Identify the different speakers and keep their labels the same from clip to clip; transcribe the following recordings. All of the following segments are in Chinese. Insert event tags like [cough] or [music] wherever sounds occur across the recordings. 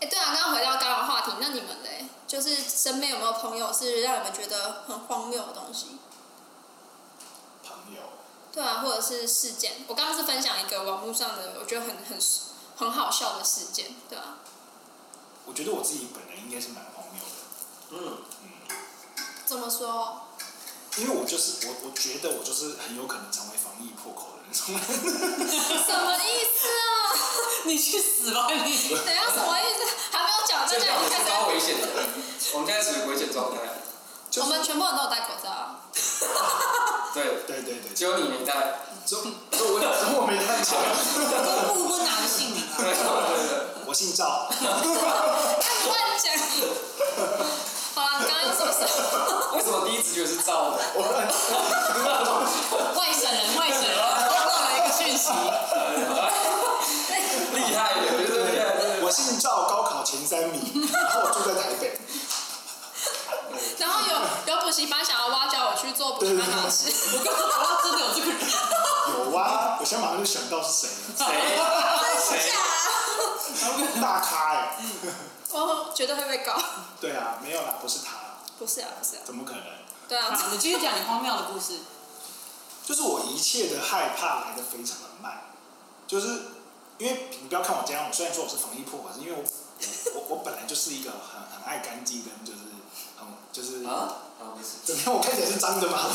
Speaker 1: 哎，对啊，刚刚回到刚刚的话题，那你们嘞，就是身边有没有朋友是让你们觉得很荒谬的东西？
Speaker 2: 朋友，
Speaker 1: 对啊，或者是事件。我刚刚是分享一个网络上的，我觉得很很很好笑的事件，对啊。
Speaker 2: 我觉得我自己本人应该是蛮荒谬的，
Speaker 3: 嗯，
Speaker 2: 嗯，
Speaker 1: 怎么说？
Speaker 2: 因为我就是我，我觉得我就是很有可能成为防疫破口的那种 [laughs] 人。
Speaker 1: [laughs] 什么意思啊？
Speaker 3: [laughs] 你去死吧你！
Speaker 1: [laughs] 等一下什么意思？还没有讲，大
Speaker 4: 这
Speaker 1: 家
Speaker 4: 样
Speaker 1: 已
Speaker 4: 我
Speaker 1: 经
Speaker 4: 是
Speaker 1: 开
Speaker 4: 高危
Speaker 1: 始。
Speaker 4: 险的，我们现在处于危险状态。
Speaker 2: 就是
Speaker 1: 我们全部人都有戴口罩
Speaker 3: [laughs]
Speaker 1: 啊。
Speaker 4: 对，
Speaker 2: 对对对，
Speaker 4: 只有你没带。
Speaker 2: 就就我就我没看错，
Speaker 3: 都不温男性名啊，
Speaker 4: 对对对。
Speaker 2: 我姓赵， [laughs]
Speaker 1: 哎乱讲。好了，你刚刚又说什么？
Speaker 4: 为什么第一直觉是照的？
Speaker 3: [laughs] 外省人，外省人，透露了一个讯息，
Speaker 1: [laughs]
Speaker 4: 厉害的，对对对，
Speaker 2: 我姓赵，高考前三名，然后我住在台北， [laughs]
Speaker 1: 然后有有补习班想要挖角我去做补习班老师，
Speaker 3: 哇真的有这
Speaker 1: [laughs]
Speaker 3: 个人，
Speaker 2: 有啊，我现在马上就想到是谁了，
Speaker 4: 谁？谁
Speaker 1: 假？
Speaker 2: 大咖哎、欸，
Speaker 1: 我绝对会被告。
Speaker 2: 对啊，没有啦，不是他，
Speaker 1: 不是啊，不是啊，
Speaker 2: 怎么可能？
Speaker 1: 对啊，
Speaker 3: 好，你继续讲你荒谬的故事，
Speaker 2: 就是我一切的害怕来的非常的慢，就是因为你不要看我这样，我虽然说我是防疫破，可是因为我我我本来就是一个很很爱干净跟就是很就是
Speaker 4: 啊？啊，没事，
Speaker 2: 怎么样，我看起来是脏的吗？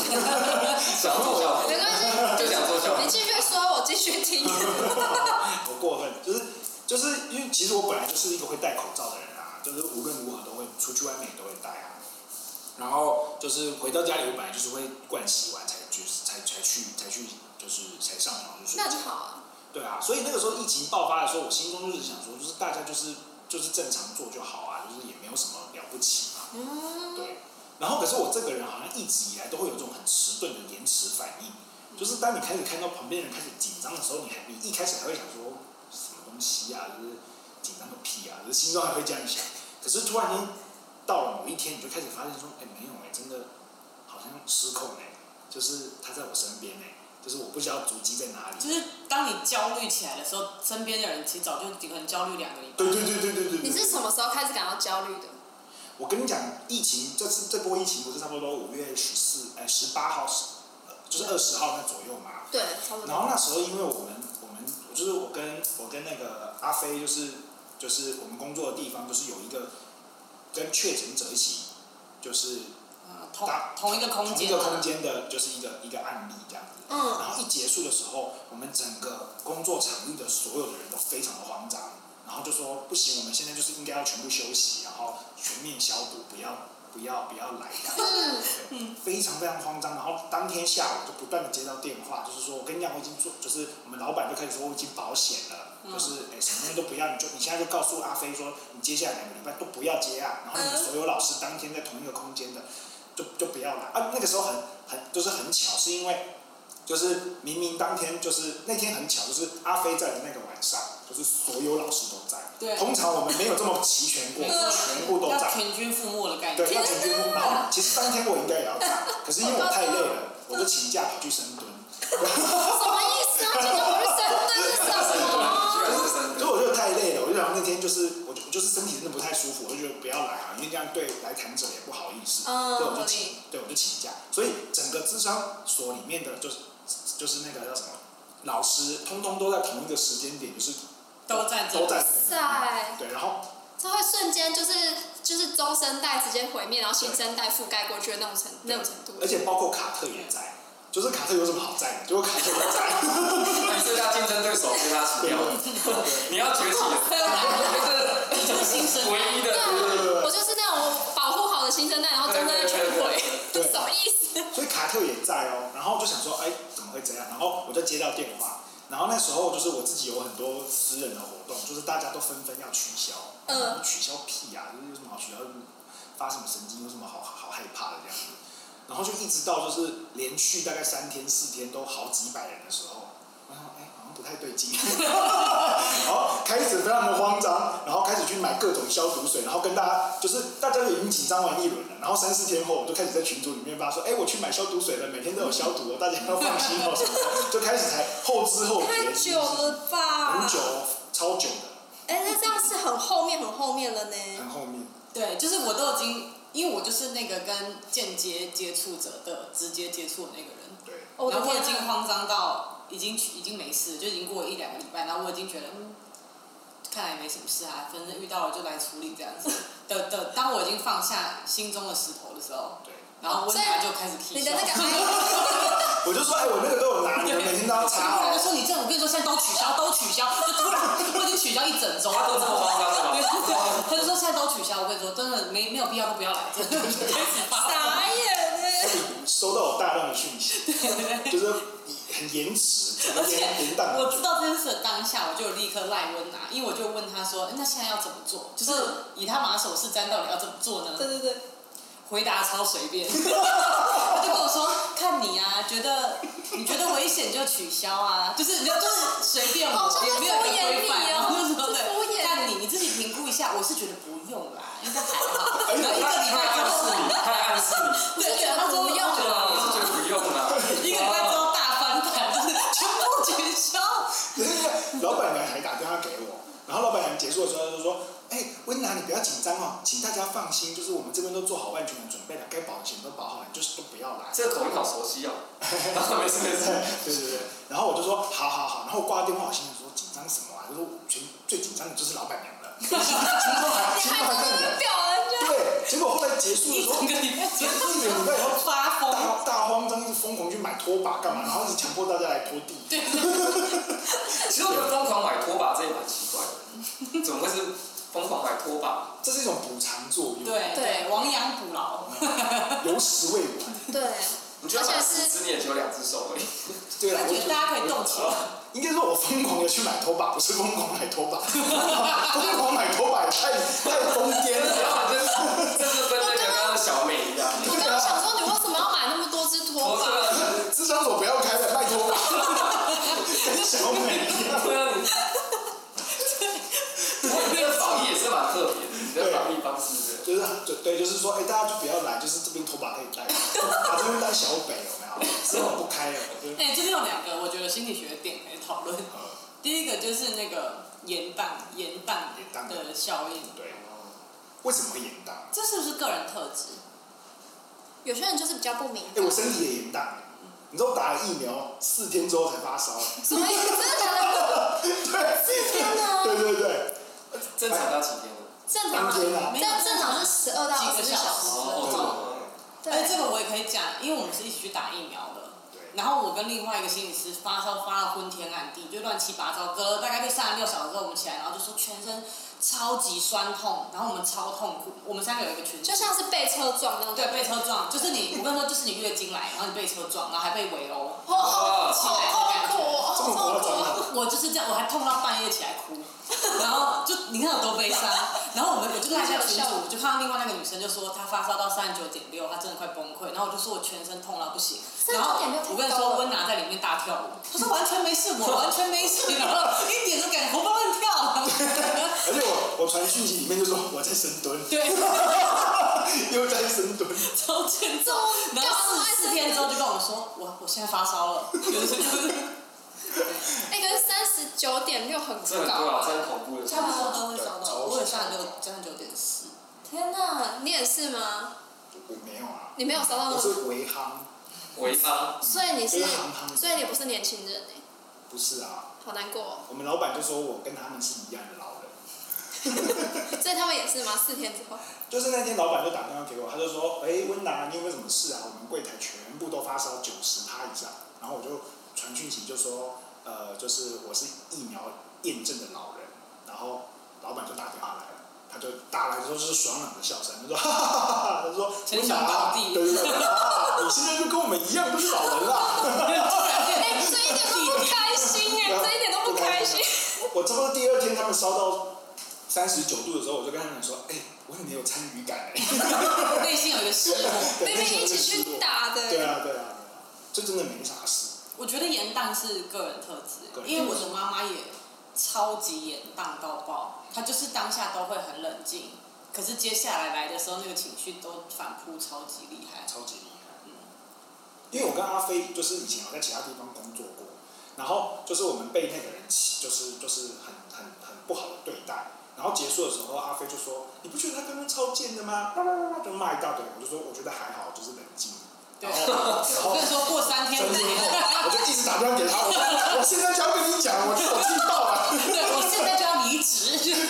Speaker 4: 想做效
Speaker 1: 没关系，
Speaker 4: 就想做效
Speaker 1: 你继续说，我继续听。 [laughs]
Speaker 2: 不过分，就是就是因为其实我本来就是一个会戴口罩的人啊，就是无论如何都会出去外面也都会戴啊。然后就是回到家里，我本来就是会盥洗完才去才才去才去就是才上床就睡
Speaker 1: 那
Speaker 2: 觉
Speaker 1: 就。好啊。
Speaker 2: 对啊，所以那个时候疫情爆发的时候，我心中就是想说，就是大家就是就是正常做就好啊，就是也没有什么了不起嘛。
Speaker 1: 嗯，
Speaker 2: 对，然后可是我这个人好像一直以来都会有一种很迟钝的延迟反应，就是当你开始看到旁边人开始紧张的时候，你还你一开始还会想说什么东西啊，就是紧张个屁啊，就是心中还会这样想。可是突然间到了某一天，你就开始发现说，哎，没有哎、真的好像失控哎、就是他在我身边哎、就是我不知道足迹在哪里。
Speaker 3: 就是当你焦虑起来的时候，身边的人其实早就可能焦虑两个礼拜，
Speaker 2: 对对对对对对对。
Speaker 1: 你是什么时候开始感到焦虑的？
Speaker 2: 我跟你讲，疫情这次这波疫情不是差不多五月十四哎十八号是，呃就是二十号那左右嘛。
Speaker 1: 对，差不
Speaker 2: 然
Speaker 1: 多。
Speaker 2: 后那时候因为我们我们我就是我跟我跟那个阿飞就是就是我们工作的地方就是有一个跟确诊者一起就是
Speaker 3: 啊同
Speaker 2: 大
Speaker 3: 同一个空
Speaker 2: 同一
Speaker 3: 间，
Speaker 2: 个空，间的就是一个一个案例这样子。
Speaker 1: 嗯
Speaker 2: 然后一结束的时候，我们整个工作场域的所有的人都非常的慌张，然后就说不行，我们现在就是应该要全部休息，然后全面消毒，不要不要不要来这样子。
Speaker 1: 嗯，
Speaker 2: 对，非常非常慌张。然后当天下午就不断的接到电话，就是说我跟你讲，我已经做，就是我们老板就开始说我已经保险了，
Speaker 3: 嗯
Speaker 2: 就是哎什么东西都不要，你就你现在就告诉阿飞说，你接下来两个礼拜都不要接啊，然后
Speaker 1: 嗯
Speaker 2: 你们所有老师当天在同一个空间的，就就不要来啊。那个时候很很就是很巧，是因为就是明明当天就是那天很巧，就是阿飞在的那个晚上，就是所有老师都在。
Speaker 3: 对
Speaker 2: 通常我们没有这么齐全过，
Speaker 3: 没
Speaker 2: 是
Speaker 3: 错
Speaker 2: 全部都在
Speaker 3: 要。全军覆没的概
Speaker 2: 对，
Speaker 3: 念，
Speaker 2: 要请监督。然后其实当天我应该也要在，可是因为我太累 [laughs] 了，我就请假跑去深蹲。
Speaker 1: 什么意思啊？今天我是神灯是什
Speaker 4: 居
Speaker 1: 么？
Speaker 4: 然是真
Speaker 2: 所
Speaker 4: 的。
Speaker 2: 以我就太累了，我就想那天就是我就我就是身体真的不太舒服，我就觉得不要来啊，因为这样对来谈者也不好意思，
Speaker 1: 嗯
Speaker 2: 所以我就
Speaker 1: 合
Speaker 2: 请
Speaker 1: 理，
Speaker 2: 对我就请假。所以整个智商所里面的就是就是那个叫什么老师，通通都在同一个时间点，就是
Speaker 3: 都在这
Speaker 2: 都在
Speaker 1: 在
Speaker 2: 对，然后
Speaker 1: 这会瞬间就是就是中生代直接毁灭，然后新生代覆盖过去的那种程那种程度。
Speaker 2: 而
Speaker 1: [laughs]
Speaker 2: 且包括卡特也在，就是卡特有什么好在的？结果卡特也在。 [laughs]
Speaker 4: 你最大竞争对手被他洗掉，你要崛起，
Speaker 3: 你就是新生代
Speaker 4: 唯一的
Speaker 1: 对啊，我就是那种保护好的新生代，然后中生代全毁，
Speaker 2: 对
Speaker 1: 什么意思？
Speaker 2: 所以卡特也在哦，然后就想说，哎，怎么会这样？然后我就接到电话，然后那时候就是我自己有很多私人的活动，就是大家都纷纷要取消，
Speaker 1: 嗯
Speaker 2: 取消屁啊，就是有什么好取消，发什么神经，有什么好好害怕的这样子。然后就一直到就是连续大概三天四天都好几百人的时候，我想说，哎，好像不太对劲， [laughs] 然后开始非常的慌张，然后开始去买各种消毒水，然后跟大家就是大家已经紧张完一轮了，然后三四天后我就开始在群组里面发说，哎，我去买消毒水了，每天都有消毒哦，大家要放心哦什么的，就开始才后知后觉，
Speaker 1: 太久了吧？
Speaker 2: 很久，超久的。
Speaker 1: 哎，那这样是很后面很后面了
Speaker 2: 很
Speaker 1: 呢。
Speaker 2: 后面，
Speaker 3: 对，就是我都已经，因为我就是那个跟间接接触者的直接接触的那个人，
Speaker 2: 对，
Speaker 1: 我
Speaker 3: 然
Speaker 1: 的
Speaker 3: 后我已
Speaker 1: 天啊！
Speaker 3: 经慌张到已经已经没事，就已经过了一两个礼拜，然后我已经觉得，嗯，看来没什么事啊，反正遇到了就来处理这样子。的的，当我已经放下心中的石头的时候，
Speaker 2: 对。
Speaker 3: 然后温达就开始踢
Speaker 1: 你的那个
Speaker 3: 笑 [laughs]
Speaker 2: 我就说，哎，我那个都有拿，你们每天都要查
Speaker 3: 对
Speaker 2: 好
Speaker 3: 他就。说你这样，我跟你说，现在都取消，都取消，就突然我已经取消一整周了，
Speaker 4: 他都这么夸张了吗
Speaker 3: [laughs] 对他就说现在都取消，我跟你说，真的没没有必要都不要来，真的就开始发
Speaker 1: 傻眼呢。
Speaker 2: 收到我大量的讯息，就是很延迟，整
Speaker 3: 而
Speaker 2: 个
Speaker 3: 且
Speaker 2: 延延宕。
Speaker 3: 我知道这件事的当下，我就有立刻赖温拿，因为我就问他说，哎那现在要怎么做？就是
Speaker 1: 嗯
Speaker 3: 以他马首是瞻，到底要怎么做呢？
Speaker 1: 对对对，
Speaker 3: 回答超随
Speaker 1: [laughs]
Speaker 3: 便，他就跟我说，看你啊，觉得你觉得危险就取消啊，就是你就就是随便
Speaker 1: 哦
Speaker 3: 我，
Speaker 1: 就是
Speaker 3: 也没有一个规范，
Speaker 1: 敷衍你哦
Speaker 3: 然后就说对，
Speaker 1: 敷衍
Speaker 3: 看你你自己评估一下，我是觉得不用啦，应该还
Speaker 1: [laughs]
Speaker 3: 好，
Speaker 1: 哎
Speaker 4: 他
Speaker 3: 然后一个礼
Speaker 4: 他
Speaker 3: 拜
Speaker 4: 暗
Speaker 3: 之
Speaker 4: 示
Speaker 3: 后，
Speaker 4: 你，他暗示你，
Speaker 1: 我是觉得
Speaker 3: 他说
Speaker 1: 不用哦
Speaker 3: 觉
Speaker 4: 对啊，我是觉
Speaker 3: 得
Speaker 4: 得不用啦。
Speaker 3: 一个礼拜之后大翻盘，就是全部取消。
Speaker 2: [laughs] 老板娘还打电话给我，然后老板娘结束的时候就说：“哎、温拿，你不要紧张哦，请大家放心，就是我们这边都做好万全的准备了，该保的险都保好了，你就是都不要来。”
Speaker 4: 这个口音好熟 [laughs] 悉哦。没事没事，
Speaker 2: [laughs] 对对对，然后我就说好好好，然后挂了电话，我心里说紧张什么啊？就是全最紧张的就是老板娘
Speaker 3: [laughs]
Speaker 2: 了，全部还
Speaker 1: 你
Speaker 2: 全部
Speaker 1: 还
Speaker 2: 还
Speaker 1: 在
Speaker 2: 在
Speaker 1: 那边
Speaker 2: 你。
Speaker 1: 表恩就
Speaker 2: 对，结果后来结束的
Speaker 3: 一
Speaker 2: 时候
Speaker 3: [laughs] 整，个礼拜结束
Speaker 2: 一整个礼拜以后
Speaker 3: 发疯，
Speaker 2: 大大慌张，一直疯狂去买拖把干嘛，然后一直强迫大家来拖地。
Speaker 3: 对，
Speaker 4: 其实我觉得疯狂买拖把这也蛮奇怪的，怎么会是疯狂买拖把？
Speaker 2: 这是一种补偿作用，
Speaker 3: 对对，亡羊补牢。
Speaker 2: 有时未晚。
Speaker 1: 对，
Speaker 4: 你觉得买十只你也只有两只手而已。
Speaker 2: 对啦，
Speaker 3: 我觉得大家可以动起来。
Speaker 2: 应该说我疯狂的去买拖把，不是疯狂买拖把， [laughs] 疯狂买拖把也太太疯癫了。
Speaker 4: 然后 [laughs] 就是就是跟那个刚刚的小美一样，
Speaker 1: 我刚刚想说，你为什么要买那么多只拖
Speaker 4: 我这
Speaker 1: 把？
Speaker 4: 个
Speaker 2: 智商所不要开了，拜托吧，跟小美一样。
Speaker 4: 对啊你，我那个防疫也是蛮特别的，你的防疫方
Speaker 2: [laughs]
Speaker 4: 式的。
Speaker 2: 就是对对，就是说，哎、大家就不要来，就是这边拖把可以带，把这边当小北有没有？这种不开了，我就
Speaker 3: 哎、这边有两个我觉得心理学的点可以讨论。
Speaker 2: 呃，
Speaker 3: 第一个就是那个延宕延
Speaker 2: 延
Speaker 3: 宕
Speaker 2: 宕
Speaker 3: 的效应，
Speaker 2: 对。为什么会延宕？
Speaker 3: 这是不是个人特质？
Speaker 1: 有些人就是比较不明
Speaker 2: 哎、
Speaker 1: 白，
Speaker 2: 我身体也延宕，你知道我打了疫苗四天之后才发烧，
Speaker 1: 所以真的假的？
Speaker 2: 对，
Speaker 1: 四天呢
Speaker 2: 对对对，
Speaker 4: 正常到几天了？
Speaker 1: 正常
Speaker 2: 当天啊
Speaker 1: 这样正常是十二到二
Speaker 3: 几
Speaker 1: 十
Speaker 3: 个
Speaker 1: 四
Speaker 3: 小
Speaker 1: 小
Speaker 3: 时
Speaker 1: 时。
Speaker 4: 哦，
Speaker 1: 对，
Speaker 3: 哎、这个我也可以讲，因为我们是一起去打疫苗的。
Speaker 2: 对
Speaker 3: 然后我跟另外一个心理师发烧发到昏天暗地，就乱七八糟，隔了大概就三十六小时之后，我们起来，然后就说全身超级酸痛，然后我们超痛苦。我们三个有一个群组
Speaker 1: 就像是被车撞那种。
Speaker 3: 对，被车撞，就是你，我跟你说，就是你月经来，然后你被车撞，然后还被围殴。
Speaker 1: 好好好痛苦哦，
Speaker 2: 这
Speaker 1: 好
Speaker 2: 么夸
Speaker 1: 痛苦
Speaker 2: 张
Speaker 1: 哦。
Speaker 2: 啊？
Speaker 3: 我就是这样，我还痛到半夜起来哭，然后就你看有多悲伤。然后我们我就赖在群主，我就看到另外那个女生就说她发烧到三十九点六，她真的快崩溃。然后我就说我全身痛到不行。然后
Speaker 1: 39.6
Speaker 3: 我跟你说，温拿在里面大跳舞，她说完全没事，我完全没事，然后一点都感觉活蹦乱跳。
Speaker 2: 而且我我传讯息里面就说我在深蹲，
Speaker 3: 对，
Speaker 2: 又在深蹲，
Speaker 3: 超欠揍。然后四四天之后就跟我说，我我现在发烧了，就是就是
Speaker 1: 哎，可是三十九点六很
Speaker 4: 这很
Speaker 1: 高
Speaker 4: 多啊，
Speaker 1: 啊
Speaker 4: 这很恐怖
Speaker 3: [laughs]
Speaker 4: 的。
Speaker 3: 差不多都会烧到，我有三十六，将近九点四。 [laughs]
Speaker 1: 天哪，你也是吗？
Speaker 2: 我没有啊，
Speaker 1: 你没有烧到那
Speaker 2: 我
Speaker 1: 么，
Speaker 2: 是维康，
Speaker 4: 微商，
Speaker 1: 所以你是
Speaker 2: 我是航空，
Speaker 1: 所以你不是年轻人哎，
Speaker 2: 不是啊，
Speaker 1: 好难过哦。
Speaker 2: 我们老板就说我跟他们是一样的老人。
Speaker 1: 所以他们也是吗？四天
Speaker 2: [laughs]
Speaker 1: 之后，
Speaker 2: 就是那天老板就打电话给我，他就说：“哎、温达，你有没有什么事啊？我们柜台全部都发烧九十趴以上。”然后我就传讯息就说：“呃，就是我是疫苗验证的老人。”然后老板就打电话来了，他就打来之后就是爽朗的笑声，他说：“哈哈哈哈哈！”他说：“
Speaker 3: 陈
Speaker 2: 温
Speaker 3: 小
Speaker 2: 达
Speaker 3: 宝，弟
Speaker 2: 对对对，温达，你现在就跟我们一样，不是老人啦。
Speaker 1: 哎，这一点都不开心哎，这一点都不开心。
Speaker 2: 我差不多第二天他们烧到三十九度的时候，我就跟他们说：“哎、我很没有参与感、欸。”
Speaker 3: 内心有一个失落。
Speaker 1: 明明一起去打的，
Speaker 2: 啊对啊，对啊，对啊，这真的没啥事。
Speaker 3: 我觉得延宕是个人特质
Speaker 2: 个，人
Speaker 3: 因为我的妈妈也超级延宕到爆，她就是当下都会很冷静，可是接下来来的时候，那个情绪都反扑超级厉害。
Speaker 2: 超级厉害。因为我跟阿飞就是以前有在其他地方工作过，然后就是我们被那个人欺，就是就是很很很不好的对待，然后结束的时候，阿飞就说：“你不觉得他刚刚超贱的吗？”叭叭叭叭就骂一大堆。我就说：“我觉得还好，就是冷静。”
Speaker 3: 对，
Speaker 2: 然后，然后
Speaker 3: 我跟你说过三天
Speaker 2: 哦真的，
Speaker 3: 之后，
Speaker 2: 我就一直打电话给他，我说：“我现在就要跟你讲，我觉得我气爆了，
Speaker 3: 对我现在就要离职，就是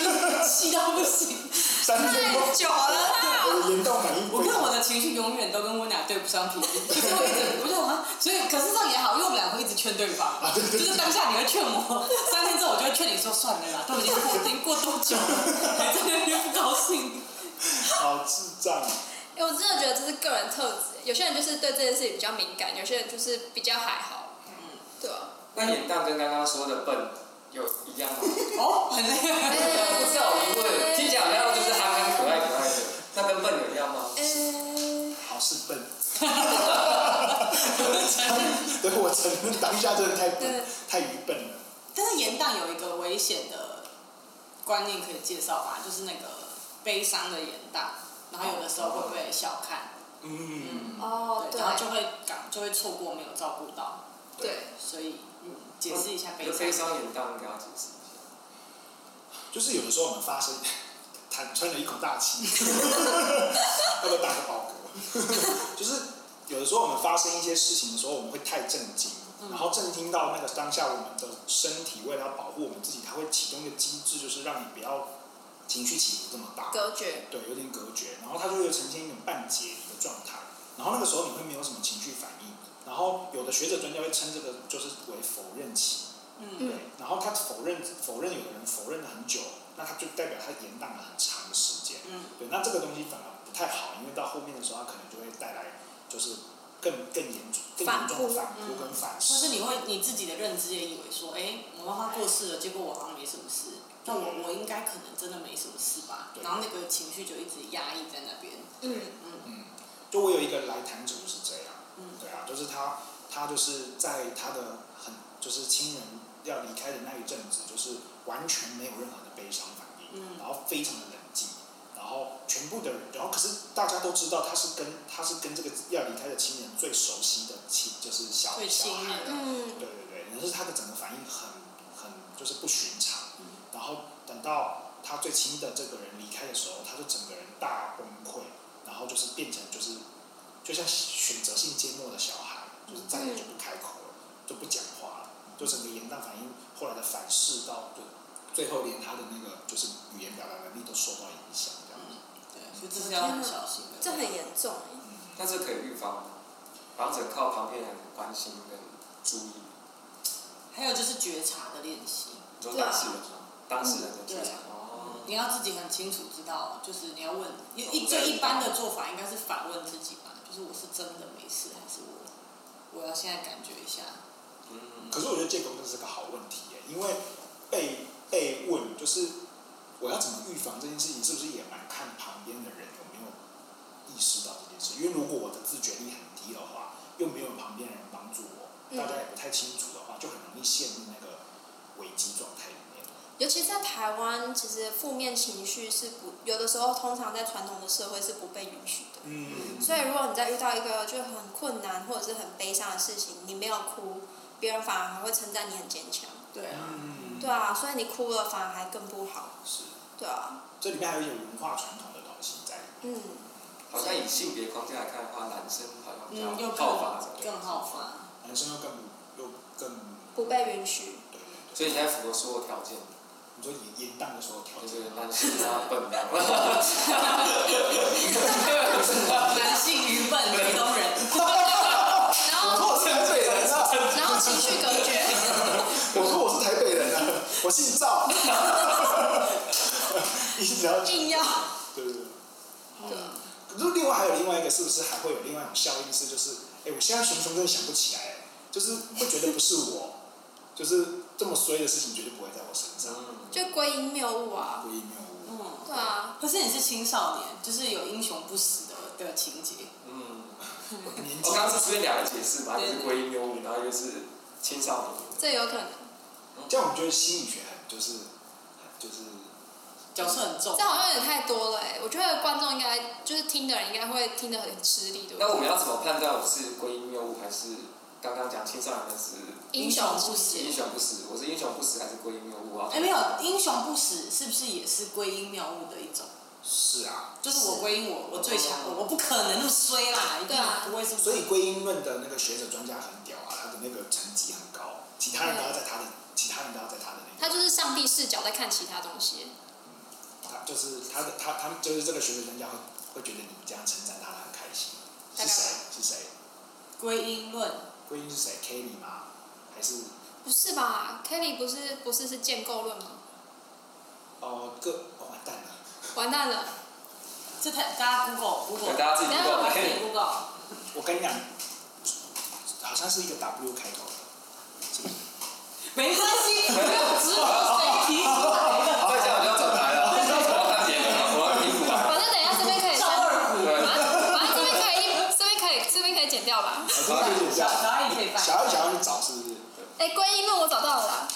Speaker 3: 气到不行。
Speaker 2: 三天后
Speaker 1: 太久了啦。
Speaker 2: 我的严重反应
Speaker 3: 我
Speaker 2: 非
Speaker 3: 跟我
Speaker 2: 常。
Speaker 3: 的情绪永远都跟温雅对不上频，就是我一直，我就啊，所以可是这样也好，因为我们俩会一直劝对方，就是当下你会劝我，三天之后我就会劝你说算了啦，都已经过已经过多久了， [laughs] 还在那边不高兴。
Speaker 2: 好智障，
Speaker 1: 哎、我真的觉得这是个人特质，欸有些人就是对这件事情比较敏感，有些人就是比较还好。嗯，对啊。
Speaker 4: 那眼蛋跟刚刚说的笨有一样吗？
Speaker 3: 哦，很累。
Speaker 4: 不知道，我问，听起来好像就是憨憨可爱可爱的，那跟笨有一样吗？
Speaker 1: 呃、
Speaker 2: 好是笨，
Speaker 3: 承认
Speaker 2: 对我承认当下真的太笨
Speaker 1: 对，
Speaker 2: 太愚笨了。
Speaker 3: 但是盐蛋有一个危险的观念可以介绍吧，就是那个悲伤的盐蛋，然后有的时候会被小看，
Speaker 2: 嗯，
Speaker 1: 哦，对，
Speaker 3: 然后就会感就会错过没有照顾到，
Speaker 1: 对，
Speaker 3: 所以嗯，解释一下悲
Speaker 4: 有悲
Speaker 3: 伤。
Speaker 4: 伤眼蛋，给他解释一下。
Speaker 2: 就是有的时候我们发生，坦穿了一口大气， [laughs] 要不要打个饱嗝？ [laughs] 就是有的时候我们发生一些事情的时候，我们会太震惊，
Speaker 3: 嗯
Speaker 2: 然后震惊到那个当下，我们的身体为了要保护我们自己，它会启动一个机制，就是让你不要情绪起伏这么大，
Speaker 1: 隔绝，
Speaker 2: 对，有点隔绝，然后它就会呈现一种半解离的状态，然后那个时候你会没有什么情绪反应，然后有的学者专家会称这个就是为否认期。
Speaker 3: 嗯
Speaker 1: 嗯
Speaker 2: 对，然后他否认否认有的人否认了很久，那他就代表他延宕了很长的时间。
Speaker 3: 嗯，
Speaker 2: 对，那这个东西反而不太好，因为到后面的时候，他可能就会带来就是更更严重、更严重的反
Speaker 3: 反
Speaker 2: 扑
Speaker 3: 扑
Speaker 2: 跟反
Speaker 3: 或
Speaker 2: 噬。
Speaker 3: 是你会你自己的认知也以为说，哎，我妈妈过世了，结果我好像没什么事，那我我应该可能真的没什么事吧，
Speaker 2: 对
Speaker 3: 然后那个情绪就一直压抑在那边。
Speaker 1: 嗯，
Speaker 2: 嗯，就我有一个来谈者就是这样，
Speaker 3: 嗯
Speaker 2: 对啊，就是他他就是在他的很就是亲人要离开的那一阵子，就是完全没有任何的悲伤反应，
Speaker 3: 嗯
Speaker 2: 然后非常的冷静，然后全部的人，然后可是大家都知道他是跟他是跟这个要离开的亲人最熟悉的亲，就是小
Speaker 3: 最
Speaker 2: 小
Speaker 3: 亲
Speaker 2: 孩
Speaker 3: 密，的
Speaker 1: 嗯
Speaker 2: 对，对对，可是他的整个反应很很就是不寻常
Speaker 3: 嗯，
Speaker 2: 然后等到他最亲的这个人离开的时候，他就整个人大崩溃，然后就是变成就是就像选择性缄默的小孩，就是再也就不开口了，就不讲话了，就整个延宕反应后来的反噬到最最后连他的那个就是语言表达能力都受到影响，这样子。
Speaker 3: 对，所以这是要很小心的。
Speaker 1: 这很严重哎、
Speaker 2: 嗯
Speaker 4: 但是可以预防的，然后只靠旁边人的关心跟注意，
Speaker 3: 还有就是觉察的练习，
Speaker 4: 你说当事人吗？当事人的觉
Speaker 3: 对
Speaker 4: 察。哦。
Speaker 3: 你要自己很清楚知道，就是你要问一一最一般的做法应该是反问自己吧，就是我是真的没事，还是我我要现在感觉一下，
Speaker 4: 嗯
Speaker 2: 可是我觉得借口真的是个好问题耶，因为被被问就是我要怎么预防这件事情，是不是也蛮看旁边的人有没有意识到这件事？因为如果我的自觉力很低的话，又没有旁边人帮助我，
Speaker 1: 嗯
Speaker 2: 大家也不太清楚的话，就很容易陷入那个危机状态里面。
Speaker 1: 尤其在台湾，其实负面情绪是不有的时候，通常在传统的社会是不被允许的。
Speaker 2: 嗯，
Speaker 1: 所以，如果你在遇到一个就很困难或者是很悲伤的事情，你没有哭，别人反而还会称赞你很坚强。
Speaker 3: 对啊，
Speaker 2: 嗯，
Speaker 1: 对啊，所以你哭了反而还更不好。
Speaker 2: 是，
Speaker 1: 对啊，
Speaker 2: 这里面还有一些文化传统的东西在里面。
Speaker 1: 嗯，
Speaker 4: 好像以性别框架来看的话，男生好像比
Speaker 3: 嗯，
Speaker 4: 较
Speaker 3: 又
Speaker 4: 好发
Speaker 3: 更更好发，
Speaker 2: 男生又更又更
Speaker 1: 不被允许。
Speaker 2: 对对对，
Speaker 4: 所以你才符合所有条件，
Speaker 2: 你说延延宕的时候条 [laughs]
Speaker 4: 就 [laughs]
Speaker 2: 件
Speaker 4: 是，男性啊、笨啊，
Speaker 3: 男性愚笨没东人，
Speaker 1: 然后，
Speaker 2: 我是台北人啊。
Speaker 1: 然后情绪隔绝。
Speaker 2: 我说我是台北人啊，我姓赵。 [laughs] 一直要对
Speaker 1: 硬要。
Speaker 2: 对对。
Speaker 1: 对啊，
Speaker 2: 可是另外还有另外一个，是不是还会有另外一种效应是，就是哎，我现在熊熊真的想不起来，就是会觉得不是我， [laughs] 就是这么衰的事情绝对不会在我身上，
Speaker 4: 嗯，
Speaker 1: 就归因谬误啊。
Speaker 2: 不一没有我。
Speaker 3: 嗯，
Speaker 1: 对啊，
Speaker 3: 可是你是青少年，就是有英雄不死的的情节，
Speaker 4: 嗯，
Speaker 2: 我年纪
Speaker 4: 我刚刚是出现两个解释吧，一个是归因谬误，然后一个是青少年。
Speaker 1: 这有可能。
Speaker 2: 这样，我觉得心理学很就是就是
Speaker 3: 角色很重
Speaker 1: 这，好像也太多了哎、我觉得观众应该就是听的人应该会听得很吃力，对不
Speaker 4: 那我
Speaker 1: 对？
Speaker 4: 们要怎么判断我是归因谬误还是刚刚讲青少年的是
Speaker 1: 英雄
Speaker 3: 不
Speaker 1: 不
Speaker 4: 英
Speaker 1: 息，
Speaker 4: 雄不死，我是英雄不死还是归因谬误啊？
Speaker 3: 哎，没有，英雄不死是不是也是归因谬误的一种？
Speaker 2: 是啊，
Speaker 3: 就是我归因我，我最强，
Speaker 1: 哦
Speaker 3: 我我不可能那么衰啦，一定
Speaker 1: 对啊
Speaker 3: 不会这么。
Speaker 2: 所以归因论的那个学者专家很屌啊，他的那个成绩很高，其他人都要在他的，其他人都要在他的那
Speaker 1: 他
Speaker 2: 个，
Speaker 1: 就是上帝视角在看其他东西。
Speaker 2: 他就是他的他他就是这个学者专家会会觉得你这样称赞他，他很开心。是谁？是谁？
Speaker 3: 归因论，
Speaker 2: 归因是谁？Kelly 吗？还是
Speaker 1: 不是吧？Kelly 不是不是是建构论吗？
Speaker 2: 哦各哦完蛋了，
Speaker 1: 完蛋了，
Speaker 3: 这太大家
Speaker 4: 对
Speaker 3: Google Google，哎
Speaker 4: 大家自己
Speaker 1: 等一下我
Speaker 4: 过
Speaker 1: 把
Speaker 3: 自己
Speaker 4: 来。
Speaker 3: Google，
Speaker 2: 我跟你讲，好像是一个 W 开头的，是不是？
Speaker 3: 没关系，没有知道谁提出来 [laughs]
Speaker 4: [laughs]
Speaker 3: 的。
Speaker 4: 好，这啊下我就要转台了，我要看别人了，我要评估啊。
Speaker 1: 反正等一下这边可以
Speaker 3: 赵
Speaker 1: 删，
Speaker 3: 二虎，
Speaker 1: 反
Speaker 4: 对，
Speaker 1: 正反正这边可以，这边可以，这边可以剪掉吧。
Speaker 2: 我帮你解一
Speaker 3: 小
Speaker 2: 下，
Speaker 3: 小阿姨可以办。
Speaker 2: 想要想要去找是不是？
Speaker 1: 哎，归因论我找到了啦。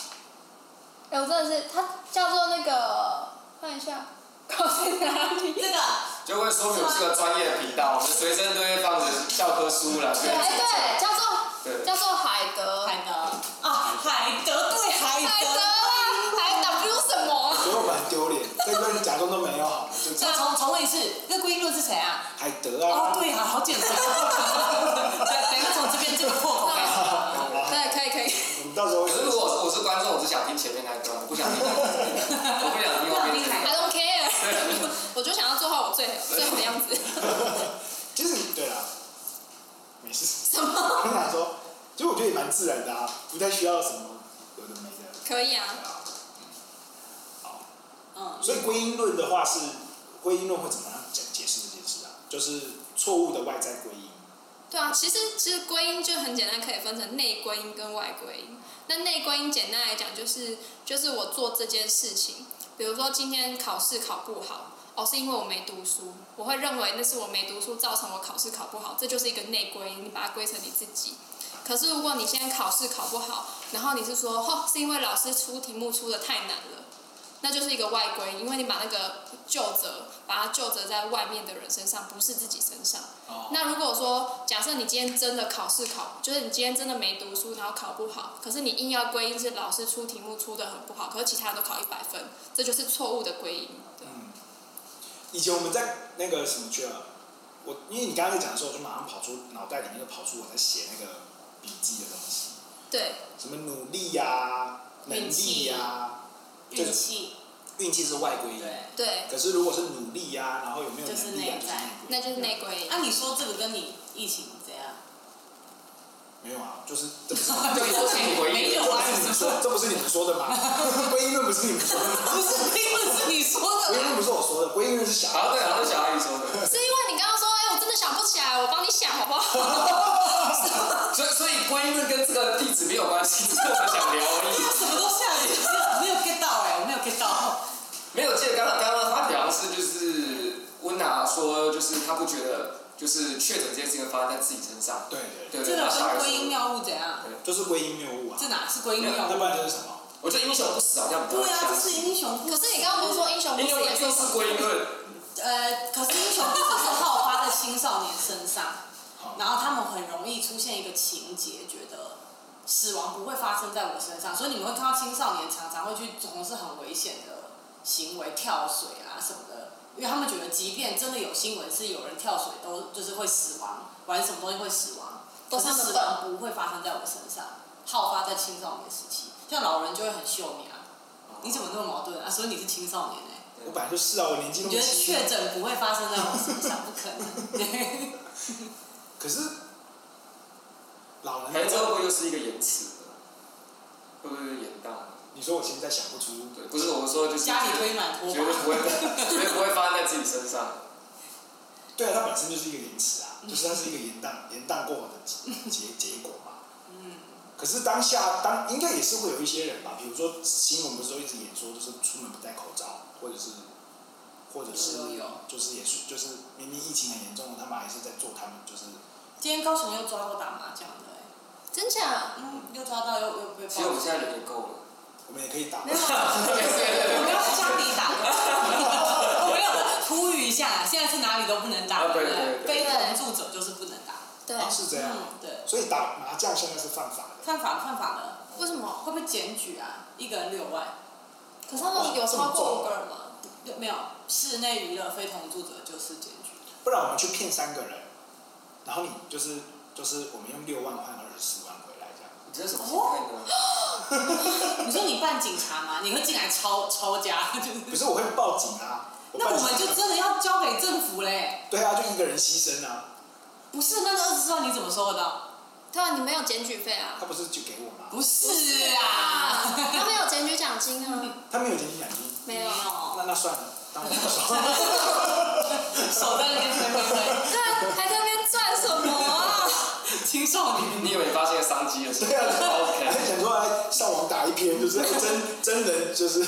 Speaker 1: 哎，我真的是，它叫做那个，看一下，搞在哪里？
Speaker 3: 这个
Speaker 4: 就会说明我们是个专业的频道，我们随身都会放着教科书啦。
Speaker 1: 对，哎对，叫做
Speaker 4: 对，
Speaker 1: 叫做海德，
Speaker 3: 海德啊，海德对海
Speaker 1: 海德
Speaker 3: 德，
Speaker 1: 啦，海 W 什么？
Speaker 2: 所以我们很丢脸，这个人假装都没有好了，就这
Speaker 3: 再
Speaker 2: 样。
Speaker 3: 重重问一次，那归因论是谁啊？
Speaker 2: 海德
Speaker 3: 哦，
Speaker 2: 啊，
Speaker 3: 对啊，好 [laughs] 简单。等等一下从这边这个破口开始。
Speaker 1: 对，哎可以可以。
Speaker 2: 我们到时候
Speaker 4: 可是如果我是观众，我只想听前面那一段，我不想听，我不想听后面。
Speaker 1: I don't care，我就想要做好我最最好的样子。
Speaker 2: [laughs] 其实对啦，没事。什么？我想说，其实我觉得也蛮自然的啊，不太需要什么有的没的
Speaker 1: 可以啊，
Speaker 2: 啊。好，
Speaker 3: 嗯，
Speaker 2: 所以归因论的话是，归因论会怎么样讲解释这件事啊？就是错误的外在归因。
Speaker 1: 对啊，其实其实归因就很简单，可以分成内归因跟外归因。那内归因简单来讲，就是就是我做这件事情，比如说今天考试考不好，哦，是因为我没读书，我会认为那是我没读书造成我考试考不好，这就是一个内归因，你把它归成你自己。可是如果你现在考试考不好，然后你是说，哦，是因为老师出题目出的太难了，那就是一个外归因，因为你把那个就责，把它就责在外面的人身上，不是自己身上。
Speaker 2: 哦。
Speaker 1: 那如果说，假设你今天真的考试考，就是你今天真的没读书，然后考不好，可是你硬要归因是老师出题目出的很不好，可是其他人都考一百分，这就是错误的归因。对
Speaker 2: 嗯。以前我们在那个什么去啊？我因为你刚刚在讲的时候，我就马上跑出脑袋里面就跑出我在写那个笔记的东西。
Speaker 1: 对，
Speaker 2: 什么努力呀、能力啊呀、
Speaker 3: 运气，
Speaker 2: 运气是外归因。
Speaker 3: 对。
Speaker 1: 对，
Speaker 2: 可是如果是努力呀、然后有没有
Speaker 3: 就是
Speaker 2: 能力啊，
Speaker 3: 内在
Speaker 1: [laughs] 那就是内归因。
Speaker 3: 那啊你说这个跟你疫情怎样？
Speaker 2: 没有啊，就是这不是
Speaker 4: 对，都是你回应。
Speaker 3: 没有啊，
Speaker 2: 你们说，这不是你们说的吗？ [laughs] 归因论不是你们说的，
Speaker 3: 不是并不是你说
Speaker 2: 归因
Speaker 3: 的。
Speaker 2: 论不是我说的，归因论是小孩。 [laughs]
Speaker 4: 好，对，好，像小阿姨说的。
Speaker 1: 是因为你刚刚说，哎，我真的想不起来，我帮你想好不好？
Speaker 4: 所以，所以归因论跟这个地址没有关系，只是我们想聊而已。
Speaker 3: 什么都下雨，没有没有 get 到哎，我没有 get 到。
Speaker 4: 没有，记得刚刚刚刚他好像是就是温娜说，就是她不觉得就是确诊这件事情发生在自己身上，
Speaker 2: 对对对，
Speaker 4: 对
Speaker 3: 这
Speaker 4: 对，
Speaker 3: 个
Speaker 4: 然后小孩
Speaker 3: 跟归因啊
Speaker 4: 说，
Speaker 3: 谬误怎样？
Speaker 2: 就是归因谬误啊。
Speaker 3: 这哪是归因谬
Speaker 2: 要
Speaker 3: 误？
Speaker 2: 不然就是什么？
Speaker 4: 我觉得英雄不死好像比较
Speaker 3: 对啊，
Speaker 4: 像
Speaker 3: 这，是英雄。
Speaker 1: 可是你刚刚不是说哎英雄不
Speaker 4: 英
Speaker 1: 死
Speaker 4: 雄
Speaker 1: 也
Speaker 4: 一定
Speaker 1: 是？
Speaker 4: 是归因论，
Speaker 3: 呃，可是英雄不只是好发在青少年身上，
Speaker 2: 好，
Speaker 3: 然后他们很容易出现一个情节，觉得死亡不会发生在我身上，所以你们会看到青少年常常会去从事很危险的行为，跳水啊什么的，因为他们觉得即便真的有新闻是有人跳水都就是会死亡，玩什么东西会死亡，
Speaker 1: 都
Speaker 3: 但
Speaker 1: 是
Speaker 3: 是
Speaker 1: 他们
Speaker 3: 死亡不会发生在我身上，好发在青少年时期，像老人就会很秀敏啊，你怎么那么矛盾啊？所以你是青少年哎、
Speaker 2: 我本来就是啊，我年纪那
Speaker 3: 你
Speaker 2: 么
Speaker 3: 觉得
Speaker 2: 轻。
Speaker 3: 确诊不会发生在我身上？不可能。对
Speaker 2: 可是老
Speaker 4: 还
Speaker 2: 人
Speaker 4: 有这会不会又是一个延迟的？会不会是延宕？
Speaker 2: 你说我现在想不出，
Speaker 4: 对，不是我说就是
Speaker 3: 家里堆满拖
Speaker 4: 绝
Speaker 3: 把
Speaker 4: 对。不会，绝对不会发生在自己身
Speaker 3: [laughs]
Speaker 4: 上。
Speaker 2: 对啊，它本身就是一个延迟
Speaker 3: 嗯
Speaker 2: 啊，就是它是一个延宕延宕过后的结结结果嘛。
Speaker 3: 嗯，
Speaker 2: 可是当下当应该也是会有一些人吧，比如说新闻不是都一直演说，就是出门不戴口罩，或者是，或者是
Speaker 3: 有有有
Speaker 2: 就是也是就是明明疫情很严重了，他们还是在做他们就是
Speaker 3: 今天高雄又抓过打麻将的、欸，
Speaker 1: 真假？
Speaker 3: 嗯，又抓到又又被
Speaker 4: 其实我
Speaker 3: 爆
Speaker 4: 们。现在人也够了。
Speaker 2: 我们也可以打
Speaker 3: 没有，啊我们要在家里打，我们要呼吁一下，现在是哪里都不能打，
Speaker 4: 啊对
Speaker 3: 不
Speaker 4: 对对
Speaker 3: 非同住者就是不能打，
Speaker 1: 对，
Speaker 2: 啊是这样。
Speaker 3: 嗯，对，
Speaker 2: 所以打麻将现在是犯法的。
Speaker 3: 犯法犯法的，
Speaker 1: 为什么？
Speaker 3: 会不会检举啊？一个人六万，
Speaker 1: 可是他们有超过五个人吗？
Speaker 3: 六没有，室内娱乐非同住者就是检举。
Speaker 2: 不然我们去骗三个人，然后你就是就是我们用六万换二十四万回来这样。
Speaker 4: 你这是什么心态呢？
Speaker 3: 你说你办警察吗？你会进来抄抄家，就是
Speaker 2: 可是我会报警啊。
Speaker 3: 嗯那我
Speaker 2: 报
Speaker 3: 们
Speaker 2: 警
Speaker 3: 就真的要交给政府嘞，
Speaker 2: 对啊，就一个人牺牲啊，
Speaker 3: 不是那二十四万你怎么收得到？
Speaker 1: [laughs] 对啊，你没有检举费 [laughs] 啊？
Speaker 2: 他不是就给我吗？
Speaker 3: 不是啊，
Speaker 1: 他没有检举奖 [laughs] 金啊？
Speaker 2: 他没有奖金奖金，
Speaker 1: 没
Speaker 3: [laughs]
Speaker 1: 有。
Speaker 2: 那那算了，当然不算。
Speaker 3: 手在那边挥挥挥，
Speaker 1: 对啊，还在那边赚什么啊？
Speaker 3: [laughs] 青少年。
Speaker 4: 你以为你发现商机
Speaker 2: [laughs]
Speaker 4: 了？是吧
Speaker 2: 对啊，还
Speaker 4: OK，
Speaker 2: 想说哎，上网打一篇，就是哎真真人，就是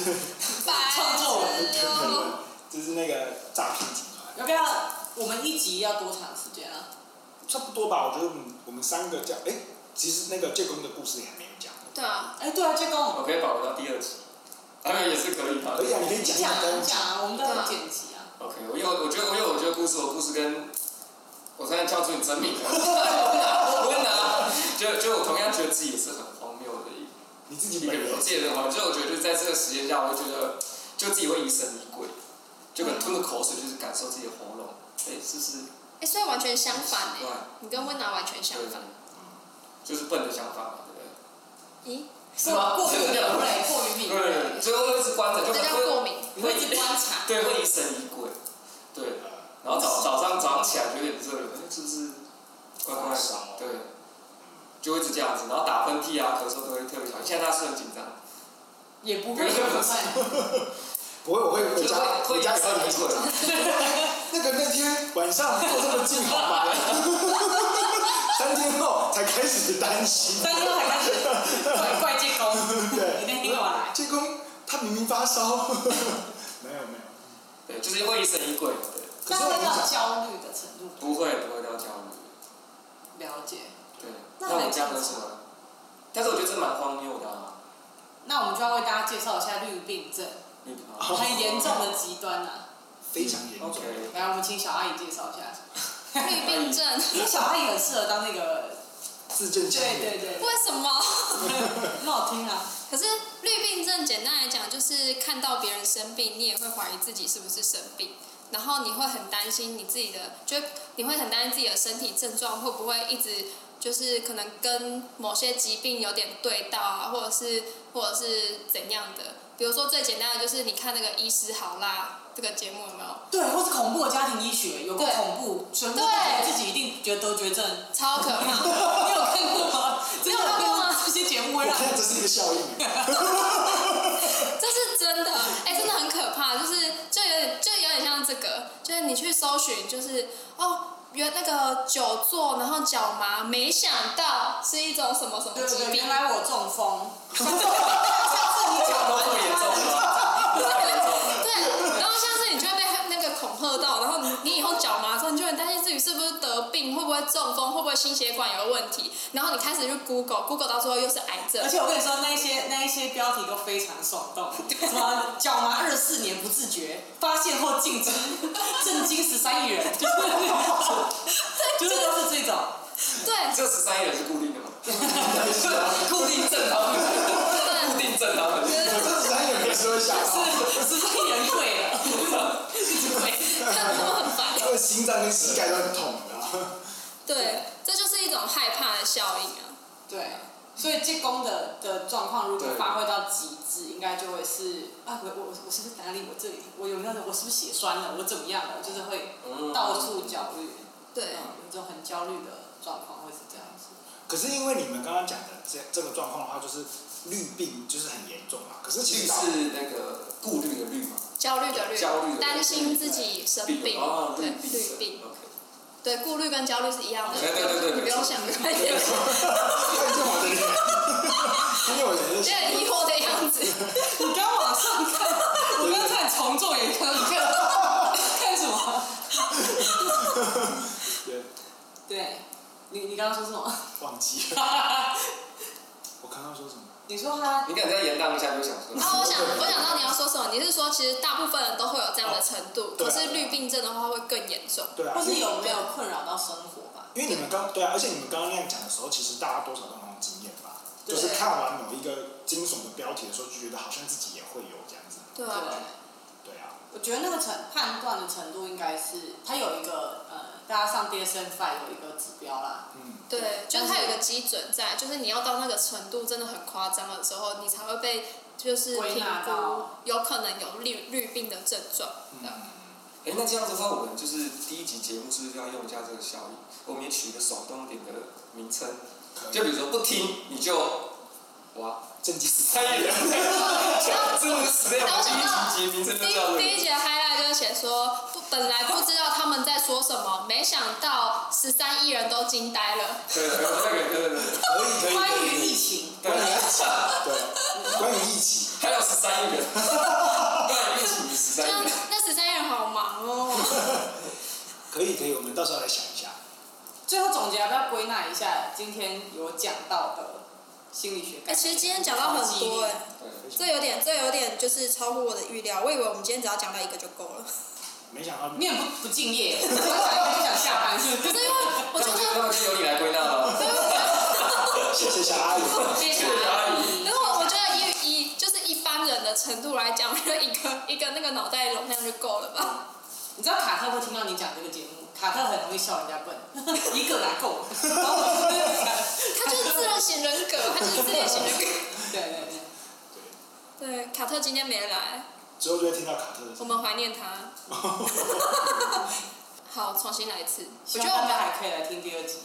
Speaker 1: 白
Speaker 3: 创作文
Speaker 1: 痴哦！
Speaker 2: [laughs] 就是那个诈骗集团，
Speaker 3: 要不要我们一集要多长时间啊？
Speaker 2: 差不多吧。我觉得我们我们三个讲，哎，其实那个建工的故事也还没有讲，
Speaker 1: 对啊，
Speaker 3: 哎，对啊，这个
Speaker 4: 我可以保留到第二集，当然也是可以的
Speaker 2: 可。以啊，你可以
Speaker 3: 你
Speaker 2: 讲
Speaker 3: 讲啊
Speaker 2: 一
Speaker 3: 你讲
Speaker 2: 讲。
Speaker 3: 啊，我们都有剪辑啊。
Speaker 4: OK，我有，我觉得我有，我觉得故事，我故事跟我突然叫出你真名了， [laughs] 温拿，就就我同样觉得自己也是很荒谬的一
Speaker 2: 你自己
Speaker 4: 一个
Speaker 2: 本
Speaker 4: 人
Speaker 2: 人，
Speaker 4: 界的话，就我觉得就在这个时间下，我会觉得就自己会疑神疑鬼，就可能吞个口水，就是感受自己的喉咙，哎，是不是
Speaker 1: 哎，所以完全相反哎
Speaker 4: 对，啊
Speaker 1: 你跟温拿完全相
Speaker 4: 对
Speaker 1: 反。
Speaker 4: 就是笨的想法嘛，对不对？
Speaker 1: 咦，
Speaker 4: 是吗？
Speaker 3: 过过于敏
Speaker 4: 对
Speaker 3: 锐，过于敏锐，
Speaker 4: 对，所以我一直观察，就
Speaker 1: 这
Speaker 4: 会
Speaker 1: 叫过敏。 [laughs]
Speaker 3: 你会一直观察。
Speaker 4: 对，会疑神疑鬼，对。
Speaker 2: 呃，
Speaker 4: 然后早早上早上起来有点热，哎是不是怪怪
Speaker 2: 发
Speaker 4: 的
Speaker 2: 烧？
Speaker 4: 对，就会一直这样子，然后打喷嚏啊、咳嗽都会特别小心。现在他是很紧张，
Speaker 3: 也不会，也不会。
Speaker 2: 不会，我会回
Speaker 4: 就是
Speaker 2: 家，
Speaker 4: 会
Speaker 2: 回
Speaker 4: 会
Speaker 2: 家
Speaker 4: 疑
Speaker 2: 以后
Speaker 4: 神
Speaker 2: 你
Speaker 4: 疑鬼
Speaker 2: 讲。。那个那天晚上做这么近好吗？三天后才开始担心。
Speaker 3: 但是还在怪怪建工，
Speaker 2: 对
Speaker 3: 你那天干嘛来？
Speaker 2: 建工他明明发烧，没有没有。
Speaker 4: 对，就是会疑神疑鬼。对，
Speaker 2: 可
Speaker 3: 那
Speaker 2: 是我
Speaker 3: 会
Speaker 2: 跟你
Speaker 3: 到
Speaker 2: 讲，
Speaker 3: 焦虑的程度吗。
Speaker 4: 不会不会到焦虑。
Speaker 3: 了解。
Speaker 4: 对，
Speaker 3: 那
Speaker 4: 那我们
Speaker 3: 很
Speaker 4: 这样
Speaker 3: 正
Speaker 4: 子
Speaker 3: 常
Speaker 4: 吗？但是我觉得这蛮荒谬的啊。
Speaker 3: 那我们就要为大家介绍一下绿病症，
Speaker 4: 你哦
Speaker 2: 好
Speaker 3: 很严重的极端呐、
Speaker 2: 非常严重。
Speaker 4: OK，
Speaker 3: 来，我们请小阿姨介绍一下，
Speaker 1: 绿病症？
Speaker 3: 因为小阿姨很适合当那个，
Speaker 2: 自证强
Speaker 3: 对
Speaker 2: 烈。
Speaker 3: 对对，
Speaker 1: 为什么？
Speaker 3: 很好听啊。
Speaker 1: 可是绿病症简单来讲，就是看到别人生病，你也会怀疑自己是不是生病，然后你会很担心你自己的，就你会很担心自己的身体症状会不会一直就是可能跟某些疾病有点对到啊，或者是或者是怎样的。比如说最简单的就是你看那个《医师好辣》这个节目有没有？
Speaker 3: 对，或是恐怖的家庭医学，有个
Speaker 1: 对
Speaker 3: 恐怖，全部都
Speaker 1: 对
Speaker 3: 自己一定觉得得绝症。
Speaker 1: 超可怕！
Speaker 3: 你有看过吗？真的
Speaker 1: 没有看过吗
Speaker 3: 这些节目会
Speaker 2: 我
Speaker 3: 让
Speaker 2: 看这是一个效应，
Speaker 1: 这是真的，哎、真的很可怕，就是就有点就有点像这个，就是你去搜寻，就是哦，原那个久坐然后脚麻，没想到是一种什么什么
Speaker 3: 对
Speaker 1: 疾
Speaker 3: 对，
Speaker 1: 病
Speaker 3: 原，来我中 [laughs] 风。上次你讲
Speaker 4: 都
Speaker 3: 完
Speaker 4: 这么严重啊
Speaker 3: 你
Speaker 4: 吗？太严重啊了。
Speaker 1: 对，然后像是你就会被那个恐吓到，然后你你以后脚麻之后，你就很担心自己是不是得病，会不会中风，会不会心血管有问题，然后你开始去 Google，Google 到最后又是癌症
Speaker 3: [laughs] 而，且我跟你说，那一些那一些标题都非常耸动，什么脚麻二十四年不自觉，发现后禁止，震惊十三亿人，就是就是都是这种
Speaker 1: 对，
Speaker 4: 这十三亿人是固定的吗？
Speaker 3: 固定症
Speaker 4: 正
Speaker 3: 状，
Speaker 4: 常的，固定正常的。
Speaker 2: 我这十三也没说吓到，
Speaker 3: 十三亿人跪了，一直跪。
Speaker 1: 看他们很烦。
Speaker 2: 他的心脏跟膝盖都很痛，你知道吗？
Speaker 1: 对，这就是一种害怕的效应啊。
Speaker 3: 对，所以进攻的的状况如果
Speaker 4: 对
Speaker 3: 发挥到极致，应该就会是啊，我我我是不是哪里？我这里我有没有？我是不是血栓了？我怎么样了？就是会
Speaker 4: 嗯
Speaker 3: 到处焦虑，
Speaker 1: 对，
Speaker 3: 嗯有一种很焦虑的状况会是这样子。
Speaker 2: 可是因为你们刚刚讲的这这个状况的话，就是绿病就是很严重嘛。可是其
Speaker 4: 绿
Speaker 2: 实
Speaker 4: 是那个顾虑的虑嘛，
Speaker 1: 焦虑的虑，
Speaker 4: 焦虑的虑
Speaker 1: 担心自己生病，
Speaker 4: 哦，
Speaker 1: 对，
Speaker 4: 绿
Speaker 1: 绿病，
Speaker 4: OK。
Speaker 1: 对，顾虑跟焦虑是一样的，
Speaker 4: 对对对对
Speaker 1: 你不用想，没关系，
Speaker 2: 看见我的脸，看见我的
Speaker 1: 有
Speaker 2: 脸，
Speaker 1: 点疑惑的样子。
Speaker 3: 你不要往上看，我刚才重做眼科，你看看什么？
Speaker 2: 对，
Speaker 3: 对，你你刚刚说什么？
Speaker 2: 忘记了。我刚刚说什么？
Speaker 3: 你说他
Speaker 4: 你敢再延宕一下，就想说。
Speaker 1: 啊，我想我想到你要说什么，你是说其实大部分人都会有这样的程度，
Speaker 2: 对
Speaker 1: 可
Speaker 2: 啊
Speaker 1: 是绿病症的话会更严重。
Speaker 2: 对啊，
Speaker 3: 或是有没有困扰到生活吧？
Speaker 2: 因为你们刚对啊，而且你们刚刚那样讲的时候，其实大家多少都有那种经验吧，
Speaker 3: 对
Speaker 2: 就是看完某一个惊悚的标题的时候，就觉得好像自己也会有这样子。
Speaker 1: 对
Speaker 3: 对
Speaker 1: 啊，，
Speaker 2: 对啊，
Speaker 3: 我觉得那个程判断的程度应该是，它有一个呃，大家上 DSM five 有一个指标啦，
Speaker 2: 嗯，
Speaker 1: 对，就是它
Speaker 3: 但
Speaker 1: 有
Speaker 3: 是
Speaker 1: 一个基准在，就是你要到那个程度真的很夸张的时候，你才会被就是
Speaker 3: 归
Speaker 1: 评
Speaker 3: 纳
Speaker 1: 估
Speaker 3: 到
Speaker 1: 有可能有绿绿病的症状。
Speaker 2: 嗯，
Speaker 4: 哎，那这样子的话，我们就是第一集节目是不是要用一下这个效益？我们也取一个手动点的名称，
Speaker 2: 可
Speaker 4: 就
Speaker 2: 以
Speaker 4: 比如说不听你就哇，
Speaker 2: 正经
Speaker 4: 三人，
Speaker 1: 啊
Speaker 4: 真的是这样。
Speaker 1: 然后想到
Speaker 4: 第一集节名称就
Speaker 1: 第
Speaker 4: 叫
Speaker 1: 一
Speaker 4: 这
Speaker 1: 第
Speaker 4: 个
Speaker 1: 一。节 highlight 就是写说，不本来不知道他们在说什么，没想到十三亿人都惊呆了。
Speaker 4: 对，对对对对对。
Speaker 2: 可以可以
Speaker 3: 关
Speaker 2: 可
Speaker 3: 于疫
Speaker 2: 以，
Speaker 3: 情，
Speaker 4: 对，
Speaker 2: 对，关于疫情，
Speaker 4: 还有十三亿人，对，一起十
Speaker 1: 就
Speaker 4: 三亿人。
Speaker 1: 那十三亿人好忙 [laughs] 哦。
Speaker 2: 可以可以，我们到时候来想一下。
Speaker 3: 最后总结要不要归纳一下今天有讲到的心理学
Speaker 1: 哎、
Speaker 3: 概念？
Speaker 1: 其实今天讲到很多哎、
Speaker 4: 对，
Speaker 1: 这有点这有点就是超乎我的预料，我以为我们今天只要讲到一个就够 [laughs] 了。
Speaker 2: 没想到
Speaker 3: 面不不敬业，我就想下班。
Speaker 1: 可是因为啊我觉得，
Speaker 4: 那么就由你来归纳
Speaker 1: [laughs]
Speaker 4: 吧。
Speaker 2: 谢谢小阿姨，
Speaker 3: 谢谢
Speaker 4: 阿
Speaker 3: 姨
Speaker 1: 因为我觉得以以就是一般人的程度来讲，我觉得一个一个那个脑袋容量就够了吧。
Speaker 3: 你知道卡特会听到你讲这个节目，卡特很容易笑人家笨，一个来够。然后我就
Speaker 1: 他就是自恋型人 [laughs] 格，他就是自恋型人格。
Speaker 3: 对对对，
Speaker 2: 对，
Speaker 1: 对，卡特今天没来，
Speaker 2: 之后就会听到卡特的
Speaker 1: 我
Speaker 2: 声音。
Speaker 1: 们怀念他。
Speaker 4: [laughs]
Speaker 1: 好，重新来一次。我
Speaker 3: 希
Speaker 1: 觉
Speaker 3: 望
Speaker 1: 得我
Speaker 3: 大
Speaker 1: 们
Speaker 3: 家还可以来听第二集。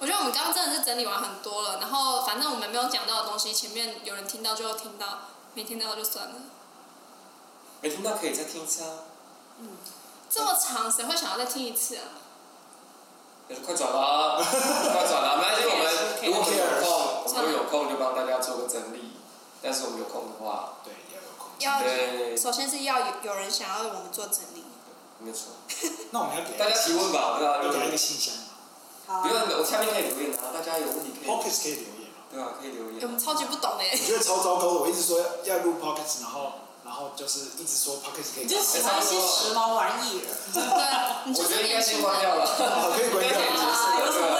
Speaker 1: 我觉得我们刚刚真的是整理完很多了，然后反正我们没有讲到的东西，前面有人听到就听到，没听到就算了。
Speaker 4: 没听哎到可以再听一次啊，
Speaker 1: 这么长，谁会想要再听一次啊？
Speaker 4: 那哎就快转吧，快转啊吧。没关系，我们如果我们有空，我们如果有空就帮大家做个整理。但是我们有空的话，
Speaker 2: 对，也要有空间。
Speaker 1: 要
Speaker 4: 对，
Speaker 1: 首先是要有有人想要我们做整理。
Speaker 4: 没错。
Speaker 2: 那我们要给
Speaker 4: 大家提问吧，不要
Speaker 2: 要
Speaker 4: 留
Speaker 2: 给他一
Speaker 4: 言
Speaker 2: 个。信箱吗
Speaker 3: 好
Speaker 4: 不用，我下面可以留言啊，大家有问题可以，
Speaker 2: ，Pockets 可以留言吗？
Speaker 4: 对吧？可以留
Speaker 1: 我们
Speaker 4: 言。啊
Speaker 1: 超级不懂的耶
Speaker 2: 我。觉得超糟糕的，我一直说要要录 Pockets，然后然后就是一直说 Pockets 可以
Speaker 3: 你
Speaker 2: 录，
Speaker 3: 就喜欢一些时髦玩意儿，
Speaker 1: 对，你
Speaker 4: [laughs] 我
Speaker 1: 就
Speaker 4: 觉
Speaker 1: 是
Speaker 4: 得应该
Speaker 1: 年
Speaker 4: 先
Speaker 1: 轻
Speaker 4: 关
Speaker 1: 人。
Speaker 4: 掉了。
Speaker 2: 好可以关掉
Speaker 4: 对。
Speaker 3: 有什么问